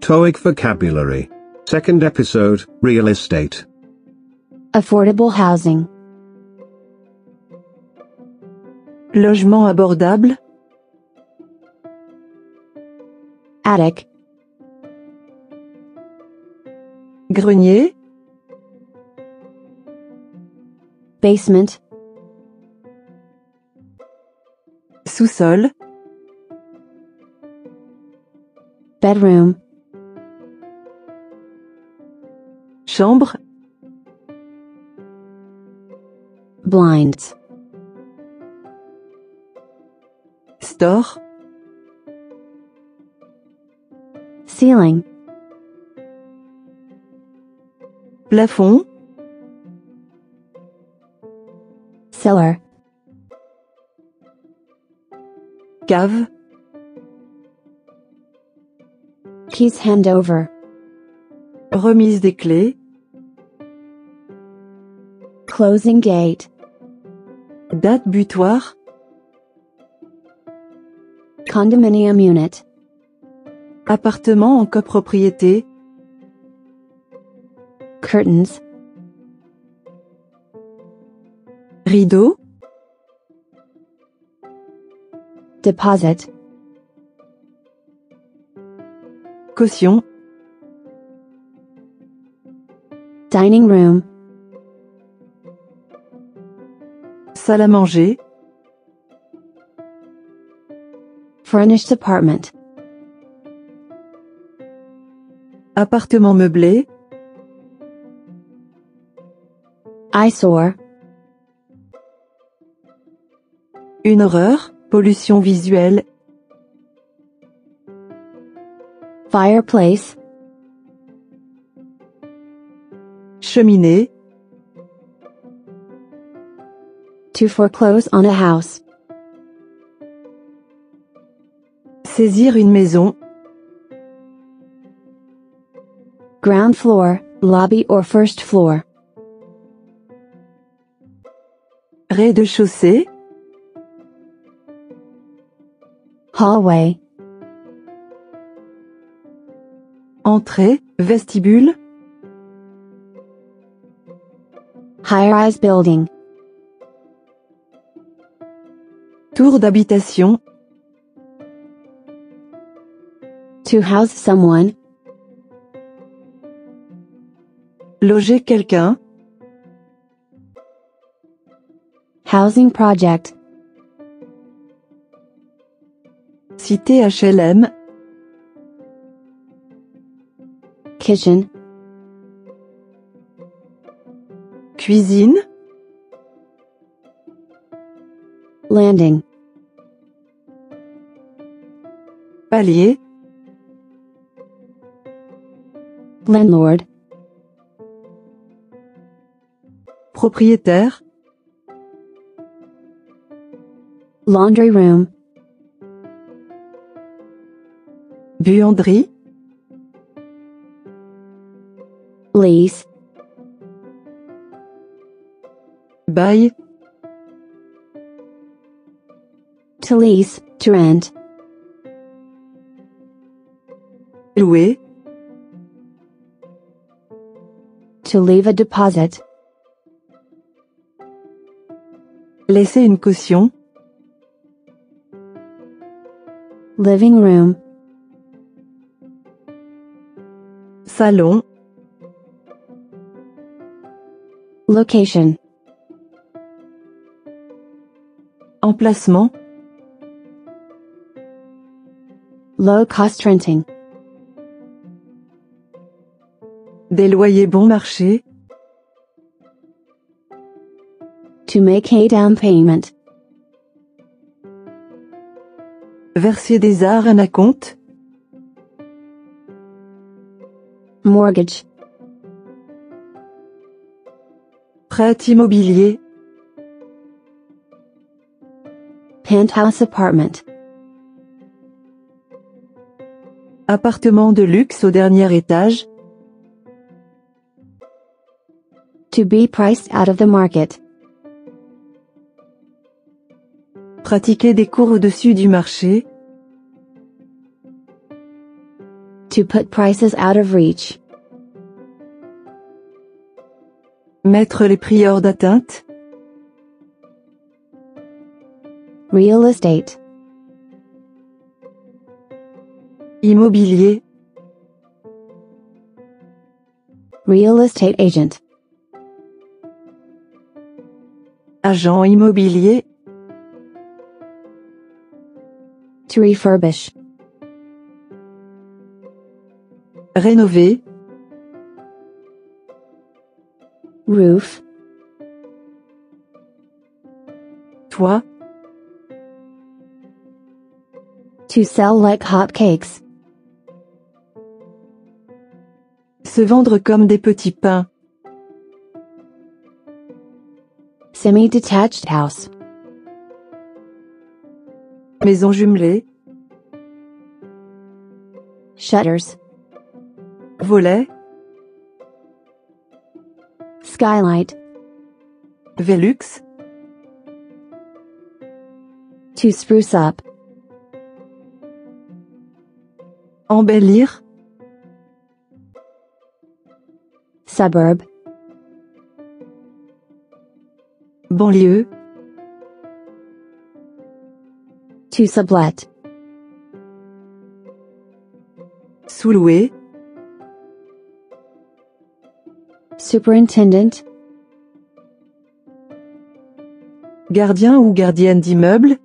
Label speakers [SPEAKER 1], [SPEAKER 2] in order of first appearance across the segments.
[SPEAKER 1] TOEIC vocabulary. Second episode, real estate.
[SPEAKER 2] Affordable housing.
[SPEAKER 3] Logement abordable,
[SPEAKER 2] Attic.
[SPEAKER 3] grenier,
[SPEAKER 2] Basement.
[SPEAKER 3] sous-sol,
[SPEAKER 2] Bedroom.
[SPEAKER 3] chambre,
[SPEAKER 2] Blinds.
[SPEAKER 3] store,
[SPEAKER 2] Ceiling.
[SPEAKER 3] plafond,
[SPEAKER 2] Cellar.
[SPEAKER 3] cave,
[SPEAKER 2] Keys handover.
[SPEAKER 3] remise des clés,
[SPEAKER 2] Closing gate.
[SPEAKER 3] date butoir,
[SPEAKER 2] Condominium unit.
[SPEAKER 3] appartement en copropriété,
[SPEAKER 2] Curtains.
[SPEAKER 3] rideau,
[SPEAKER 2] Deposit.
[SPEAKER 3] caution,
[SPEAKER 2] Dining room.
[SPEAKER 3] salle à manger,
[SPEAKER 2] Furnished apartment.
[SPEAKER 3] appartement meublé,
[SPEAKER 2] Eyesore.
[SPEAKER 3] une horreur, pollution visuelle,
[SPEAKER 2] Fireplace.
[SPEAKER 3] cheminée,
[SPEAKER 2] To foreclose on a house.
[SPEAKER 3] saisir une maison,
[SPEAKER 2] Ground floor. Lobby or first floor.
[SPEAKER 3] rez-de-chaussée,
[SPEAKER 2] Hallway.
[SPEAKER 3] entrée, vestibule,
[SPEAKER 2] High rise building.
[SPEAKER 3] tour d'habitation,
[SPEAKER 2] To house someone.
[SPEAKER 3] loger quelqu'un,
[SPEAKER 2] Housing project.
[SPEAKER 3] cité HLM,
[SPEAKER 2] Kitchen.
[SPEAKER 3] cuisine,
[SPEAKER 2] Landing.
[SPEAKER 3] palier,
[SPEAKER 2] Landlord.
[SPEAKER 3] propriétaire,
[SPEAKER 2] Laundry room.
[SPEAKER 3] buanderie,
[SPEAKER 2] Lease.
[SPEAKER 3] bail,
[SPEAKER 2] To lease. To rent.
[SPEAKER 3] louer,
[SPEAKER 2] To leave a deposit.
[SPEAKER 3] Laisser une caution,
[SPEAKER 2] Living room.
[SPEAKER 3] salon,
[SPEAKER 2] Location.
[SPEAKER 3] emplacement,
[SPEAKER 2] Low cost renting.
[SPEAKER 3] des loyers bon marché,
[SPEAKER 2] To make a down payment.
[SPEAKER 3] verser des arènes à compte,
[SPEAKER 2] Mortgage.
[SPEAKER 3] prêt immobilier,
[SPEAKER 2] Penthouse apartment.
[SPEAKER 3] appartement de luxe au dernier étage,
[SPEAKER 2] To be priced out of the market.
[SPEAKER 3] pratiquer des cours au-dessus du marché,
[SPEAKER 2] To put prices out of reach.
[SPEAKER 3] Mettre les prix hors d'atteinte.
[SPEAKER 2] Real estate.
[SPEAKER 3] Immobilier.
[SPEAKER 2] Real estate agent.
[SPEAKER 3] Agent immobilier.
[SPEAKER 2] To refurbish.
[SPEAKER 3] Rénover.
[SPEAKER 2] Roof.
[SPEAKER 3] Toit.
[SPEAKER 2] To sell like hotcakes.
[SPEAKER 3] Se vendre comme des petits pains.
[SPEAKER 2] Semi-detached house.
[SPEAKER 3] Maison jumelée.
[SPEAKER 2] Shutters.
[SPEAKER 3] Volet.
[SPEAKER 2] Skylight.
[SPEAKER 3] Velux.
[SPEAKER 2] To spruce up.
[SPEAKER 3] Embellir.
[SPEAKER 2] Suburb.
[SPEAKER 3] Banlieue.
[SPEAKER 2] To sublet.
[SPEAKER 3] Sous-louer.
[SPEAKER 2] Superintendent.
[SPEAKER 3] Gardien ou gardienne d'immeuble.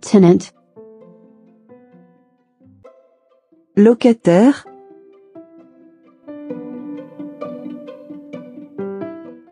[SPEAKER 2] Tenant.
[SPEAKER 3] Locataire.